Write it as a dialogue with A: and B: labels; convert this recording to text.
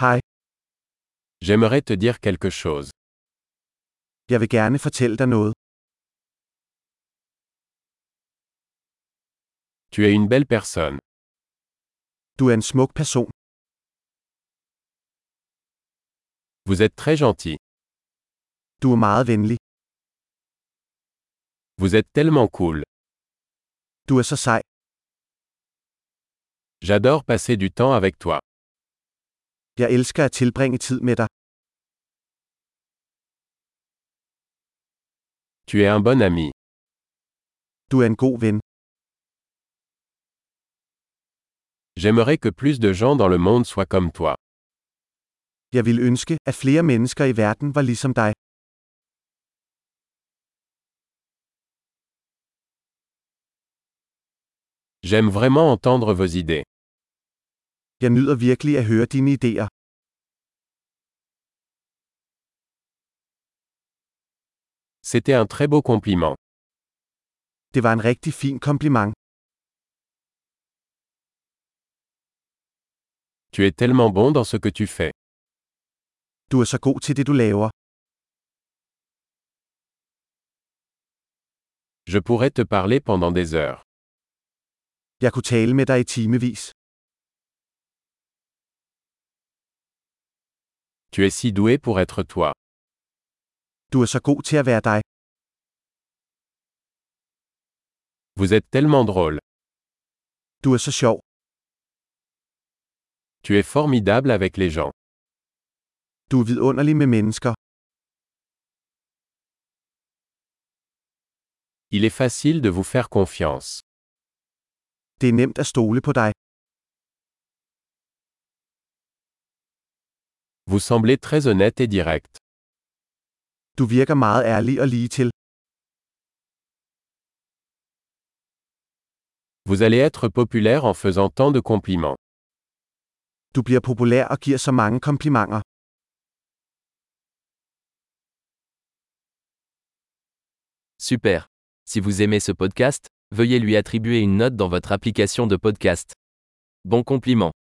A: Hej,
B: J'aimerais te dire quelque chose.
A: jeg vil gerne fortælle dig noget.
B: Tu es une belle personne.
A: Du er en smuk person.
B: Vous êtes très gentil.
A: Du er meget venlig.
B: Vous êtes tellement cool.
A: Du er så sej.
B: J'adore passer du temps avec toi.
A: Jeg elsker at tilbringe tid med dig.
B: Tu es un bon ami.
A: Du er en god ven.
B: J'aimerais que plus de gens dans le monde soient comme toi.
A: Jeg ville ønske, at flere mennesker i verden var ligesom dig.
B: J'aime vraiment entendre vos idées.
A: Jeg nyder virkelig at høre dine idéer.
B: C'était un très beau compliment.
A: Det var en rigtig fin kompliment.
B: Tu es tellement bon dans ce que tu fais.
A: Du er så god til det, du laver.
B: Je pourrais te parler pendant des heures.
A: Jeg kunne tale med dig i timevis.
B: Tu es si doué pour être toi.
A: Du er så god til at være dig.
B: Vous êtes tellement drôle.
A: Du er så sjov.
B: Tu es formidable avec les gens.
A: Du er vidunderlig med mennesker.
B: Il est facile de vous faire confiance.
A: Det er nemt at stole på dig.
B: Vous semblez très honnête et direct.
A: Du virker meget ærlig og lige til.
B: Vous allez être populaire en faisant tant de compliments.
A: Du bliver populær og giver så mange komplimenter.
C: Super. Si vous aimez ce podcast, veuillez lui attribuer une note dans votre application de podcast. Bon compliment.